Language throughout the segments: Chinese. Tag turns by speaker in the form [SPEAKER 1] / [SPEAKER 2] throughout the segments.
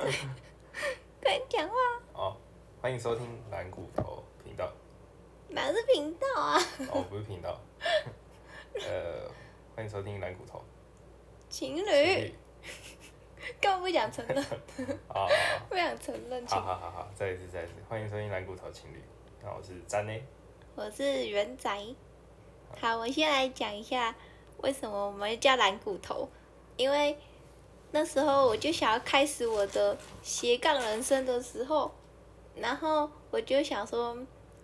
[SPEAKER 1] 快点讲话，
[SPEAKER 2] 哦，欢迎收听蓝骨头频道，
[SPEAKER 1] 哪是频道啊？
[SPEAKER 2] 哦，不是频道， 呃，欢迎收听蓝骨头。
[SPEAKER 1] 情侣，
[SPEAKER 2] 情
[SPEAKER 1] 根本不想承认，
[SPEAKER 2] 侣好
[SPEAKER 1] 不想承认情
[SPEAKER 2] 好好
[SPEAKER 1] 侣。
[SPEAKER 2] 好好好，再一次再一次，欢迎收听蓝骨头情侣。那我是詹呢，
[SPEAKER 1] 我是元仔，好，我先来讲一下为什么我们叫蓝骨头，因为那时候我就想要开始我的斜杠人生的时候，然后我就想说，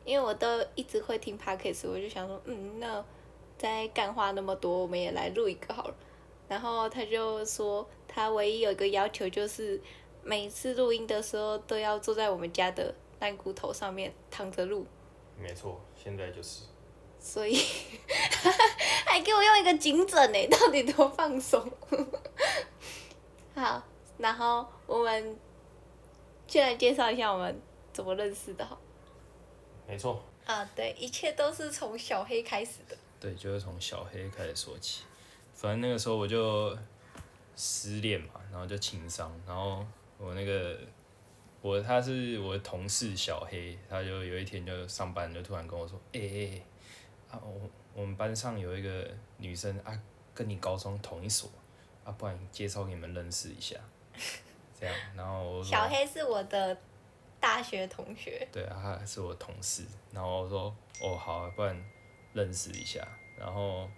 [SPEAKER 1] 因为我都一直会听 podcast，我就想说，嗯，那在干话那么多，我们也来录一个好了。然后他就说，他唯一有一个要求就是，每次录音的时候都要坐在我们家的烂骨头上面躺着录。
[SPEAKER 2] 没错，现在就是
[SPEAKER 1] 所以 还给我用一个颈枕呢，到底多放松？ 好，然后我们先来介绍一下我们怎么认识的哈。
[SPEAKER 2] 没错，
[SPEAKER 1] 啊，对，一切都是从小黑开始的。
[SPEAKER 2] 对，就是从小黑开始说起。反正那个时候我就失恋嘛，然后就情伤，然后我那个我他是我的同事小黑，他就有一天就上班就突然跟我说，哎、欸欸啊，我我们班上有一个女生啊，跟你高中同一所，啊，不然介绍给你们认识一下，这样，然后我就说
[SPEAKER 1] 小黑是我的大学同学，
[SPEAKER 2] 对啊，他是我同事。然后我说，哦，好、啊，不然认识一下。然后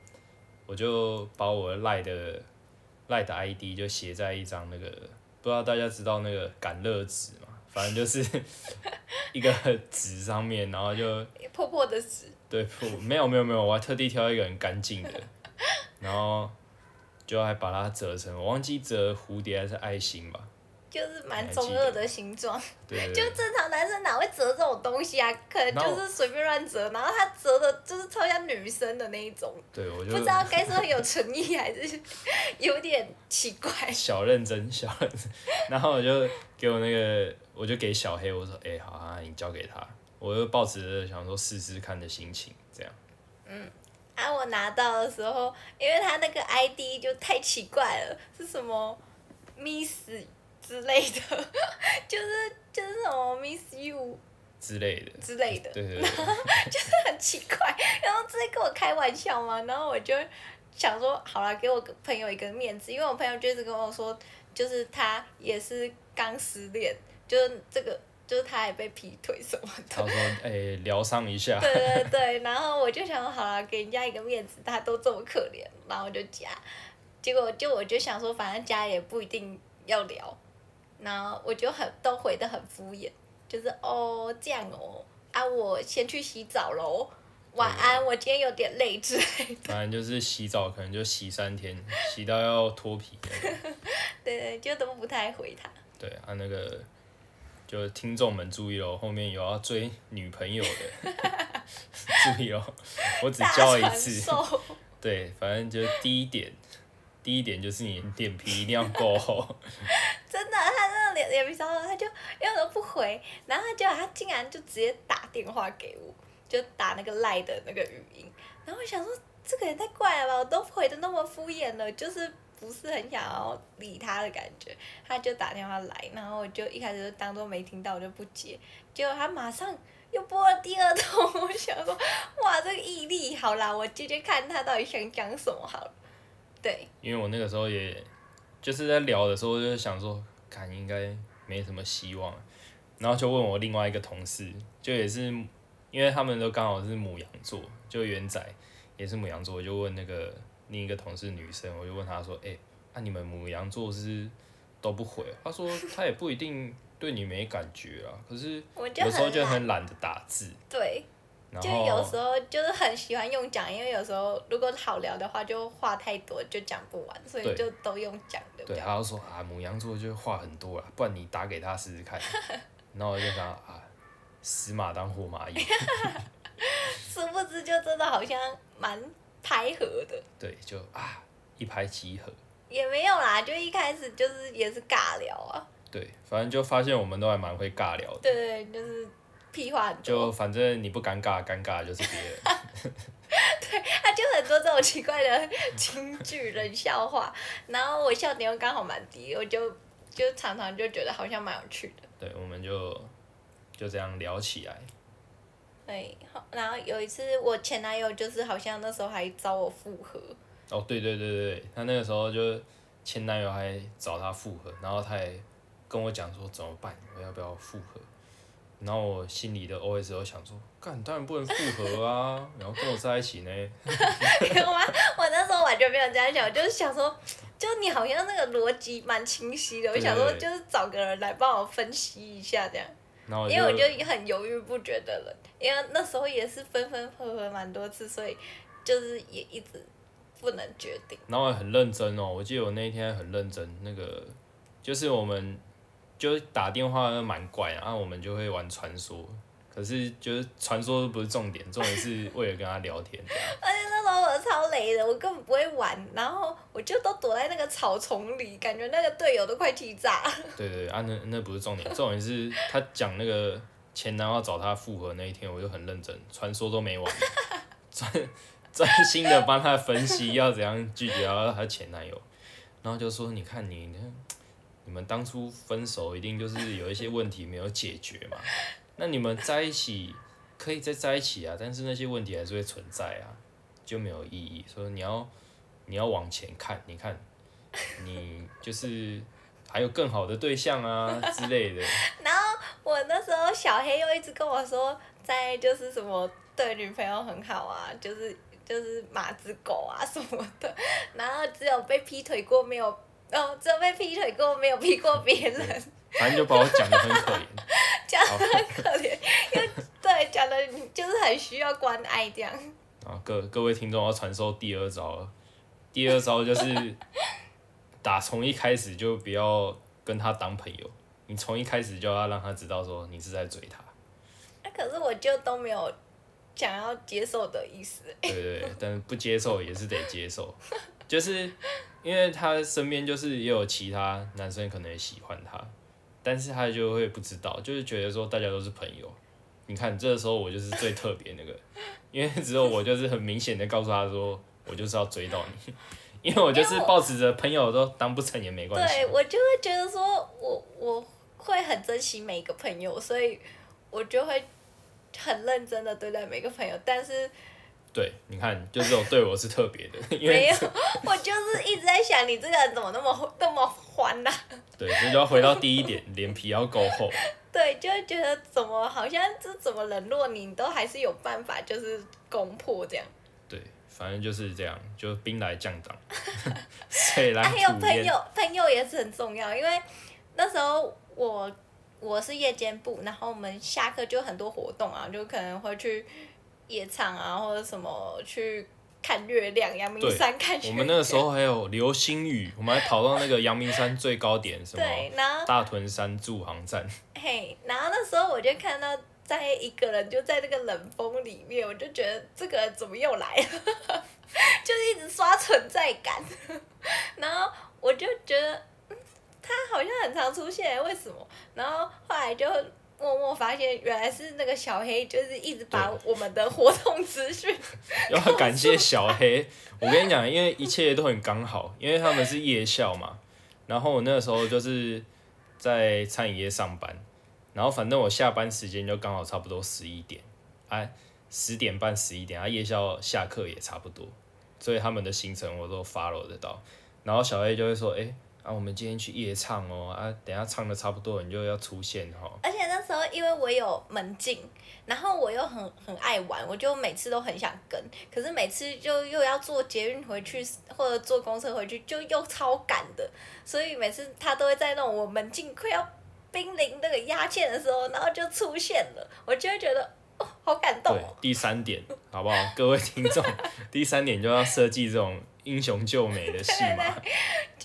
[SPEAKER 2] 我就把我赖的赖的 ID 就写在一张那个，不知道大家知道那个感热纸嘛，反正就是 一个纸上面，然后就
[SPEAKER 1] 破破的纸，
[SPEAKER 2] 对，不，没有没有没有，我还特地挑一个很干净的，然后就还把它折成，我忘记折蝴蝶还是爱心吧。
[SPEAKER 1] 就是
[SPEAKER 2] 还
[SPEAKER 1] 蛮
[SPEAKER 2] 记
[SPEAKER 1] 中
[SPEAKER 2] 得
[SPEAKER 1] 二的形状。
[SPEAKER 2] 对对对
[SPEAKER 1] 就正常男生哪会折这种东西啊？可能
[SPEAKER 2] 然后
[SPEAKER 1] 就是随便乱折，然后他折的就是超像女生的那一种。
[SPEAKER 2] 对，我就
[SPEAKER 1] 不知道该说有诚意还是有点奇怪。
[SPEAKER 2] 小认真，小认真。然后我就给我那个，我就给小黑，我说：“哎、好啊，你交给他。”我就抱持着想说试试看的心情，这样。
[SPEAKER 1] 啊，我拿到的时候，因为他那个 ID 就太奇怪了，是什么 Miss 之类的， 就是就是什么 Miss You
[SPEAKER 2] 之类的。
[SPEAKER 1] 之类的，
[SPEAKER 2] 对对对，
[SPEAKER 1] 很奇怪。然后这是跟我开玩笑嘛，然后我就想说，好了，给我朋友一个面子，因为我朋友就一直跟我说，就是他也是刚失恋，就是这个，就是他也被劈腿什么的
[SPEAKER 2] 他。说：“哎、疗伤一下。
[SPEAKER 1] 对对对，然后我就想说好了，给人家一个面子，他都这么可怜，然后我就加，结果就我就想说，反正加也不一定要聊，然后我就很都回的很敷衍，就是哦这样哦，啊我先去洗澡喽，晚安，我今天有点累之类的，
[SPEAKER 2] 反正就是洗澡，可能就洗三天，洗到要脱皮那种。
[SPEAKER 1] 对对，就都不太回他，
[SPEAKER 2] 对啊，那个就听众们注意喽，后面有要追女朋友的， 注意哦，我只
[SPEAKER 1] 大
[SPEAKER 2] 交一
[SPEAKER 1] 传
[SPEAKER 2] 次。
[SPEAKER 1] 授，
[SPEAKER 2] 对，反正就是第一点，第一点就是你的脸皮一定要够厚。
[SPEAKER 1] 真的，他那个脸脸皮超厚，他就因为我都不回，然后他就他竟然就直接打电话给我，就打那个赖的那个语音，然后我想说这个也太怪了吧，我都回的那么敷衍了，就是不是很想要理他的感觉，他就打电话来，然后我就一开始就当做没听到，我就不接，结果他马上。又拨了第二通，我想说，哇，这个毅力，好啦，我接接看他到底想讲什么好了。对，
[SPEAKER 2] 因为我那个时候也就是在聊的时候，就是想说，看应该没什么希望，然后就问我另外一个同事，就也是因为他们都刚好是母羊座，就元仔也是母羊座，我就问那个另一个同事女生，我就问她说，哎、那、你们母羊座是都不回？哦她说她也不一定对你没感觉啊，可是
[SPEAKER 1] 我就
[SPEAKER 2] 有时候就
[SPEAKER 1] 很懒，
[SPEAKER 2] 很懒得打字，
[SPEAKER 1] 对，
[SPEAKER 2] 然
[SPEAKER 1] 就
[SPEAKER 2] 后
[SPEAKER 1] 有时候就是很喜欢用讲，因为有时候如果好聊的话，就话太多就讲不完，所以
[SPEAKER 2] 对
[SPEAKER 1] 就都用讲的比
[SPEAKER 2] 对，
[SPEAKER 1] 较。
[SPEAKER 2] 他就说啊，母羊座就话很多啦，不然你打给他试试 看。然后我就想啊，死马当活马医。
[SPEAKER 1] 殊不知就真的好像蛮拍合的，
[SPEAKER 2] 对，就啊一拍即合。
[SPEAKER 1] 也没有啦，就一开始就是也是尬聊啊，
[SPEAKER 2] 对，反正就发现我们都还蛮会尬聊的，
[SPEAKER 1] 对对，对就是屁话很
[SPEAKER 2] 哦就
[SPEAKER 1] 多，
[SPEAKER 2] 反正你不尴尬，尴尬的就是别人。
[SPEAKER 1] 他啊就很多这种 奇怪的京剧冷笑话，然后我笑点又刚好蛮低，我就就常常就觉得好像蛮有趣的。
[SPEAKER 2] 对，我们就就这样聊起来。
[SPEAKER 1] 对，哎好然后有一次我前男友就是好像那时候还找我复合，
[SPEAKER 2] 哦，对对对对，她那个时候就前男友还找她复合，然后她也跟我讲说怎么办，我要不要复合？然后我心里的 OS 都想说，干当然不能复合啊，然后跟我在一起呢，
[SPEAKER 1] 我妈我那时候完全没有这样想，我就是想说，就你好像那个逻辑蛮清晰的，我
[SPEAKER 2] 对
[SPEAKER 1] 想说
[SPEAKER 2] 对
[SPEAKER 1] 就是找个人来帮我分析一下这样，
[SPEAKER 2] 然后我
[SPEAKER 1] 因为我就很犹豫不决的人，因为那时候也是分分合合蛮多次，所以就是也一直不能决定。
[SPEAKER 2] 然后很认真哦，我记得我那一天很认真，那个就是我们就打电话蛮怪啊，啊我们就会玩传说，可是就是传说不是重点，重点是为了跟他聊天这样。
[SPEAKER 1] 而且那时候我超雷的，我根本不会玩，然后我就都躲在那个草丛里，感觉那个队友都快气炸。
[SPEAKER 2] 对对对啊，那那不是重点，重点是他讲那个前男友找他复合那一天，我就很认真，传说都没玩， 专专心的帮他分析要怎样拒绝到他前男友，然后就说你看你你看你们当初分手一定就是有一些问题没有解决嘛，那你们在一起可以再在一起啊，但是那些问题还是会存在啊，就没有意义，所以你要你要往前看，你看你就是。还有更好的对象啊之类的。
[SPEAKER 1] 我那时候小黑又一直跟我说，在就是什么对女朋友很好啊，就是就是马子狗啊什么的，然后只有被劈腿过没有，哦，只有被劈腿过没有劈过别人，
[SPEAKER 2] 反正就把我讲的很可怜。
[SPEAKER 1] 讲的很可怜，因为对讲的就是很需要关爱这样。
[SPEAKER 2] 然后啊各各位听众我要传授第二招了，第二招就是打从一开始就不要跟他当朋友，你从一开始就要让他知道说你是在追他，
[SPEAKER 1] 那、可是我就都没有想要接受的意思，
[SPEAKER 2] 对对对，但是不接受也是得接受，就是因为他身边就是也有其他男生可能也喜欢他，但是他就会不知道，就是觉得说大家都是朋友。你看这时候我就是最特别那个， 因为只有我就是很明显的告诉他说，我就是要追到你， 因为我就是抱持着朋友都当不成也没关系
[SPEAKER 1] 对，我就会觉得说我我会很珍惜每一个朋友，所以我就会很认真的对待每个朋友，但是
[SPEAKER 2] 对，你看就这种对我是特别的，因
[SPEAKER 1] 没
[SPEAKER 2] 为
[SPEAKER 1] 有， 我就是一直在想你这个人怎么那么 那么欢呐、
[SPEAKER 2] 对，这就要回到第一点，脸皮要够厚。
[SPEAKER 1] 对，就会觉得怎么好像这怎么冷落你，你都还是有办法就是攻破这样。
[SPEAKER 2] 对，反正就是这样，就兵来将 挡，水来
[SPEAKER 1] 啊，还有
[SPEAKER 2] 土
[SPEAKER 1] 朋
[SPEAKER 2] 掩。
[SPEAKER 1] 友，朋友也是很重要，因为那时候我我是夜间部，然后我们下课就很多活动啊，就可能会去夜场啊，或者什么去看月亮，阳明
[SPEAKER 2] 对
[SPEAKER 1] 山看月
[SPEAKER 2] 我
[SPEAKER 1] 亮。
[SPEAKER 2] 们那个时候还有流星雨，我们还跑到那个阳明山最高点，什
[SPEAKER 1] 对
[SPEAKER 2] 么，
[SPEAKER 1] 然后
[SPEAKER 2] 大屯山驻航站。
[SPEAKER 1] 嘿，然后那时候我就看到在一个人就在那个冷风里面，我就觉得这个人怎么又来了， 就是一直刷存在感。 然后我就觉得，嗯，他好像很常出现，为什么？然后后来就默默发现，原来是那个小黑，就是一直把我们的活动资讯，
[SPEAKER 2] 要感谢小黑，我跟你讲，因为一切都很刚好，因为他们是夜校嘛。然后我那个时候就是在餐饮业上班，然后反正我下班时间就刚好差不多十一点，哎、十点半十一点，啊夜校下课也差不多，所以他们的行程我都 follow 得到。然后小黑就会说，哎、啊我们今天去夜唱哦，啊等一下唱的差不多你就要出现哦哈、
[SPEAKER 1] 而且那时候因为我有门禁，然后我又很很爱玩，我就每次都很想跟，可是每次就又要坐捷运回去或者坐公车回去，就又超赶的，所以每次他都会在那种我门禁快要濒临那个压线的时候，然后就出现了，我就会觉得哦，好感动
[SPEAKER 2] 对
[SPEAKER 1] 哦。，
[SPEAKER 2] 第三点，好不好？各位听 众，第三点就要设计这种英雄救美的戏码。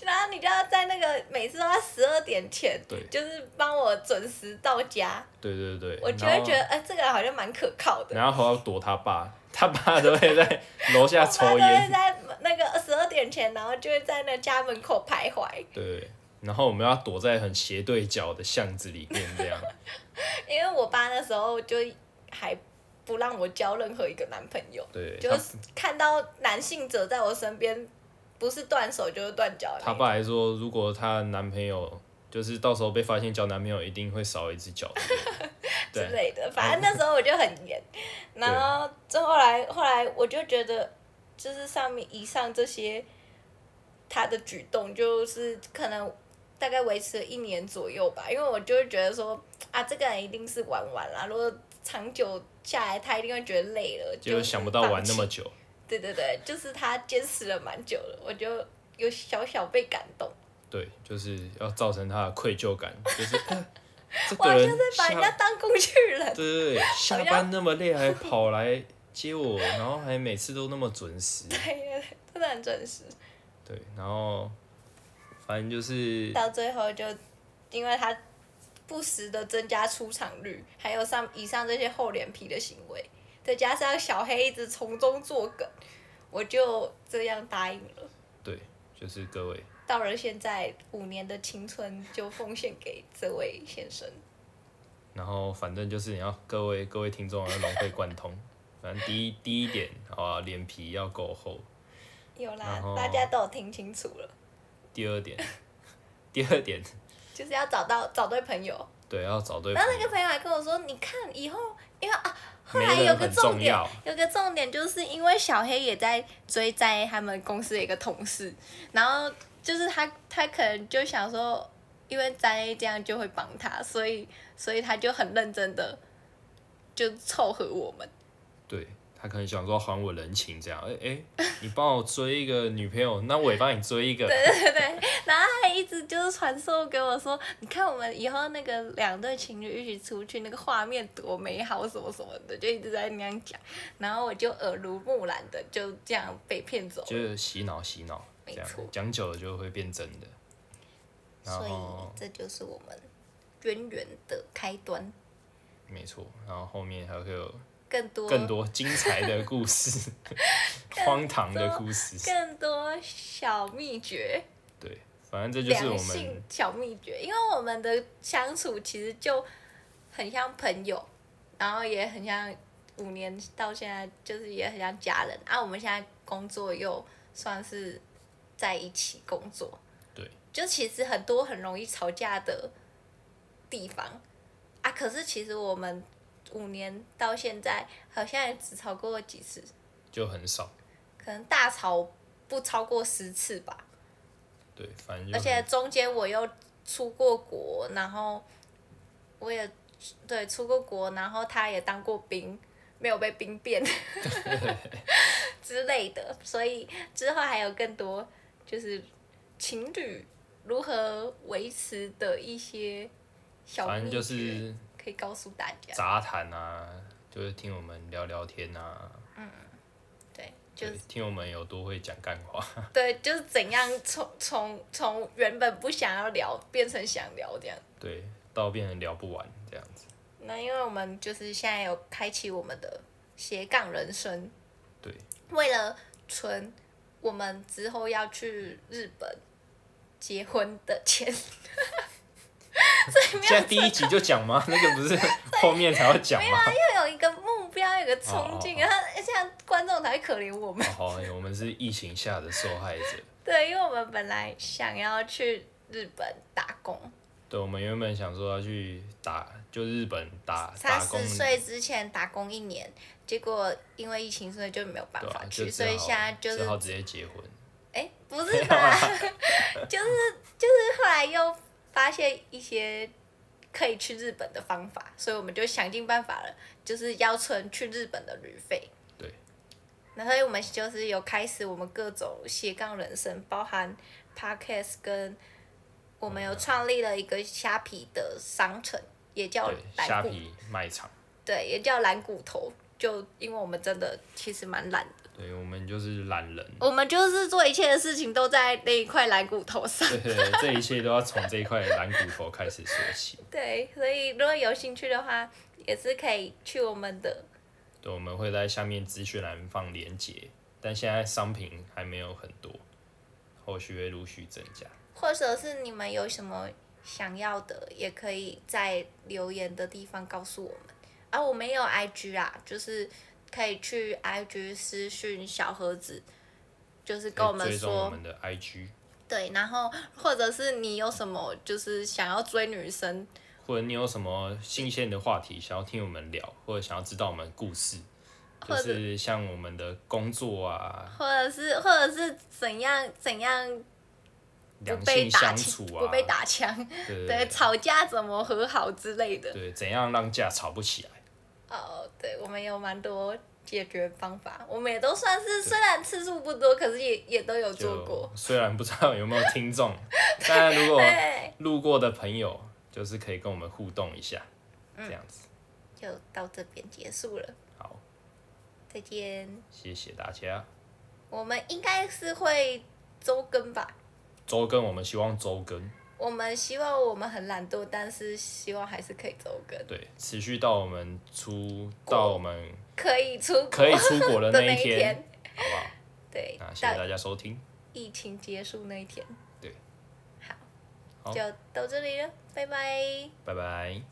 [SPEAKER 1] 然后你就要在那个每次都要十二点前，
[SPEAKER 2] 对
[SPEAKER 1] 就是帮我准时到家，
[SPEAKER 2] 对对对，
[SPEAKER 1] 我就
[SPEAKER 2] 然
[SPEAKER 1] 会
[SPEAKER 2] 后
[SPEAKER 1] 觉得哎、这个人好像蛮可靠的。
[SPEAKER 2] 然后要躲他爸，他爸都会在楼下抽
[SPEAKER 1] 我妈都会
[SPEAKER 2] 烟。
[SPEAKER 1] 在那个十二点前，然后就会在那家门口徘徊，
[SPEAKER 2] 对，然后我们要躲在很斜对角的巷子里面，这样。
[SPEAKER 1] 因为我爸那时候就还不让我交任何一个男朋友，
[SPEAKER 2] 对，
[SPEAKER 1] 就
[SPEAKER 2] 他
[SPEAKER 1] 是看到男性者在我身边，不是断手就是断脚的那
[SPEAKER 2] 他
[SPEAKER 1] 种。
[SPEAKER 2] 爸还说，如果她男朋友就是到时候被发现交男朋友一定会少一只 脚的
[SPEAKER 1] 之
[SPEAKER 2] 对，
[SPEAKER 1] 类 的。反正那时候我就很严，然后这后来后来我就觉得，就是上面以上这些他的举动，就是可能大概维持了一年左右吧，因为我就会觉得说啊，这个人一定是玩玩啦，如果长久下来，他一定会觉得累了，
[SPEAKER 2] 结果
[SPEAKER 1] 是
[SPEAKER 2] 想不到
[SPEAKER 1] 放
[SPEAKER 2] 玩那么
[SPEAKER 1] 弃。
[SPEAKER 2] 久，
[SPEAKER 1] 对对对，就是他坚持了蛮久了，我就有小小被感动。
[SPEAKER 2] 对，就是要造成他的愧疚感，就是呃这
[SPEAKER 1] 我好
[SPEAKER 2] 个
[SPEAKER 1] 像
[SPEAKER 2] 人
[SPEAKER 1] 在把人家
[SPEAKER 2] 下
[SPEAKER 1] 当工具人。
[SPEAKER 2] 对对对，下班那么累还跑来接我，然后还每次都那么准时，
[SPEAKER 1] 对对对，真的很准时。
[SPEAKER 2] 对，然后反正就是
[SPEAKER 1] 到最后就因为他不时的增加出场率，还有上以上这些厚脸皮的行为，再加上小黑一直从中作梗，我就这样答应了。
[SPEAKER 2] 对，就是各位，
[SPEAKER 1] 到了现在，五年的青春就奉献给这位先生。
[SPEAKER 2] 然后反正就是你要各位各位听众要融会贯通，反正第一第一点啊，脸皮要够厚，
[SPEAKER 1] 有啦
[SPEAKER 2] 然后，
[SPEAKER 1] 大家都有听清楚了，
[SPEAKER 2] 第二点，第二点
[SPEAKER 1] 就是要找到找对朋友。
[SPEAKER 2] 对要找对
[SPEAKER 1] 然
[SPEAKER 2] 朋
[SPEAKER 1] 后那
[SPEAKER 2] 友，
[SPEAKER 1] 个朋友还跟我说：“你看以后，因为啊，后来
[SPEAKER 2] 没
[SPEAKER 1] 有
[SPEAKER 2] 人
[SPEAKER 1] 个
[SPEAKER 2] 很
[SPEAKER 1] 重
[SPEAKER 2] 重
[SPEAKER 1] 点，
[SPEAKER 2] 要，
[SPEAKER 1] 有个重点就是因为小黑也在追在他们公司的一个同事，然后就是他他可能就想说，因为在这样就会帮他，所以所以他就很认真的就凑合我们。
[SPEAKER 2] 对。他可能想说还我人情这样，哎、哎、 你帮我追一个女朋友，那我也帮你追一个，
[SPEAKER 1] 然后他还一直就是传授给我说，你看我们以后那个两对情侣一起出去，那个画面多美好，什么什么的，就一直在那样讲。然后我就耳濡目染的就这样被骗走了。
[SPEAKER 2] 就是洗脑洗脑，
[SPEAKER 1] 没
[SPEAKER 2] 这样
[SPEAKER 1] 错
[SPEAKER 2] 讲久了就会变真的。然
[SPEAKER 1] 所以
[SPEAKER 2] 后
[SPEAKER 1] 这就是我们渊源的开端。
[SPEAKER 2] 没错，然后后面还会有
[SPEAKER 1] 更多
[SPEAKER 2] 更多精彩的故 事，荒唐的故事，
[SPEAKER 1] 更多小秘诀，
[SPEAKER 2] 对，反正这就是
[SPEAKER 1] 良
[SPEAKER 2] 我
[SPEAKER 1] 性
[SPEAKER 2] 们
[SPEAKER 1] 小秘诀，因为我们的相处其实就很像朋友，然后也很像五年到现在就是也很像家人啊。我们现在工作又算是在一起工作，
[SPEAKER 2] 对，
[SPEAKER 1] 就其实很多很容易吵架的地方啊。可是其实我们五年到现在好像也只吵过几次，
[SPEAKER 2] 就很少，
[SPEAKER 1] 可能大吵不超过十次吧。
[SPEAKER 2] 对，反正就
[SPEAKER 1] 而且
[SPEAKER 2] 很
[SPEAKER 1] 中间我又出过国，然后我也对出过国，然后他也当过兵，没有被兵 变 之类的，所以之后还有更多就是情侣如何维持的一些小
[SPEAKER 2] 反正就
[SPEAKER 1] 秘诀
[SPEAKER 2] 是
[SPEAKER 1] 可以告诉大家，
[SPEAKER 2] 杂谈啊，就是听我们聊聊天啊，
[SPEAKER 1] 对，就
[SPEAKER 2] 对
[SPEAKER 1] 是，
[SPEAKER 2] 听我们有多会讲干话，
[SPEAKER 1] 对，就是怎样从从从原本不想要聊变成想聊这样。
[SPEAKER 2] 对，到变成聊不完这样子，
[SPEAKER 1] 那因为我们就是现在有开启我们的斜杠人生，
[SPEAKER 2] 对，
[SPEAKER 1] 为了存我们之后要去日本结婚的钱，
[SPEAKER 2] 现在第一集就讲吗？那个不 是后面才要讲吗？
[SPEAKER 1] 要有一个目标，有一个冲劲，
[SPEAKER 2] 哦
[SPEAKER 1] 然后这样观众才会可怜我们。
[SPEAKER 2] 好，欸我们是疫情下的受害者。
[SPEAKER 1] 对，因为我们本来想要去日本打工，
[SPEAKER 2] 对，我们原本想说要去打，就日本打
[SPEAKER 1] 三
[SPEAKER 2] 啊打工
[SPEAKER 1] 十，岁之前打工一年，结果因为疫情，所以就没有办
[SPEAKER 2] 对
[SPEAKER 1] 法
[SPEAKER 2] 啊，
[SPEAKER 1] 去，
[SPEAKER 2] 就
[SPEAKER 1] 所以
[SPEAKER 2] 只
[SPEAKER 1] 现
[SPEAKER 2] 好
[SPEAKER 1] 在就是
[SPEAKER 2] 只好直接结婚。
[SPEAKER 1] 哎，不是
[SPEAKER 2] 啊
[SPEAKER 1] 吧？ 就是就是后来又发现一些可以去日本的方法，所以我们就想尽办法了，就是要存去日本的旅费。
[SPEAKER 2] 对。
[SPEAKER 1] 然后我们就是有开始我们各种斜杠人生，包含 podcast 跟我们有创立了一个虾皮的商城，也叫
[SPEAKER 2] 对，
[SPEAKER 1] 蓝
[SPEAKER 2] 虾
[SPEAKER 1] 骨，
[SPEAKER 2] 皮卖场，
[SPEAKER 1] 对，也叫蓝骨头。就因为我们真的其实蛮懒的，
[SPEAKER 2] 对我们就是懒 人，
[SPEAKER 1] 我们就是做一切的事情都在那一块蓝骨头上。
[SPEAKER 2] 对，这一切都要从这一块懒骨头开始说起。
[SPEAKER 1] 对，所以如果有兴趣的话，也是可以去我们的。
[SPEAKER 2] 对，我们会在下面资讯栏放链接，但现在商品还没有很多，后续会陆续增加。
[SPEAKER 1] 或者是你们有什么想要的，也可以在留言的地方告诉我们。啊，我们也有 IG 啊，就是可以去 IG 私讯小盒子，就是跟我们
[SPEAKER 2] 欸追踪我
[SPEAKER 1] 说，
[SPEAKER 2] 们的 IG，
[SPEAKER 1] 对，然后或者是你有什么就是想要追女生，
[SPEAKER 2] 或者你有什么新鲜的话题想要听我们聊，或者想要知道我们的故事，就
[SPEAKER 1] 或者
[SPEAKER 2] 是像我们的工作啊、
[SPEAKER 1] 或者是或者是怎样怎样不
[SPEAKER 2] 两
[SPEAKER 1] 被
[SPEAKER 2] 性
[SPEAKER 1] 打
[SPEAKER 2] 相
[SPEAKER 1] 枪，
[SPEAKER 2] 处啊，
[SPEAKER 1] 不被打枪，对，
[SPEAKER 2] 对对
[SPEAKER 1] 吵架怎么和好之类的。
[SPEAKER 2] 对，怎样让架吵不起来？
[SPEAKER 1] 哦，对，我们有蛮多解决方法，我们也都算是虽然次数不多，可是也也都有做
[SPEAKER 2] 就哦
[SPEAKER 1] 过。哎
[SPEAKER 2] 虽然不知道有没有 听众，但如果
[SPEAKER 1] 对，
[SPEAKER 2] 路过的朋友，就是可以跟我们互动一下，
[SPEAKER 1] 嗯
[SPEAKER 2] 这样子。
[SPEAKER 1] 就到这边结束了，
[SPEAKER 2] 好，
[SPEAKER 1] 再见。
[SPEAKER 2] 谢谢大家。
[SPEAKER 1] 我们应该是会周更吧？
[SPEAKER 2] 周更，我们希望周更，
[SPEAKER 1] 我们希望我们很懒惰，但是希望还是可以周更，
[SPEAKER 2] 对，持续到我们出到我们
[SPEAKER 1] 可以出国
[SPEAKER 2] 可以出国 的
[SPEAKER 1] 的
[SPEAKER 2] 那
[SPEAKER 1] 那
[SPEAKER 2] 一
[SPEAKER 1] 一
[SPEAKER 2] 天，
[SPEAKER 1] 天，
[SPEAKER 2] 好不好？
[SPEAKER 1] 对
[SPEAKER 2] 那，谢谢
[SPEAKER 1] 到
[SPEAKER 2] 大家收听，
[SPEAKER 1] 疫情结束那一天。
[SPEAKER 2] 对，
[SPEAKER 1] 好，
[SPEAKER 2] 好
[SPEAKER 1] 就到这里了，拜拜。
[SPEAKER 2] 拜拜。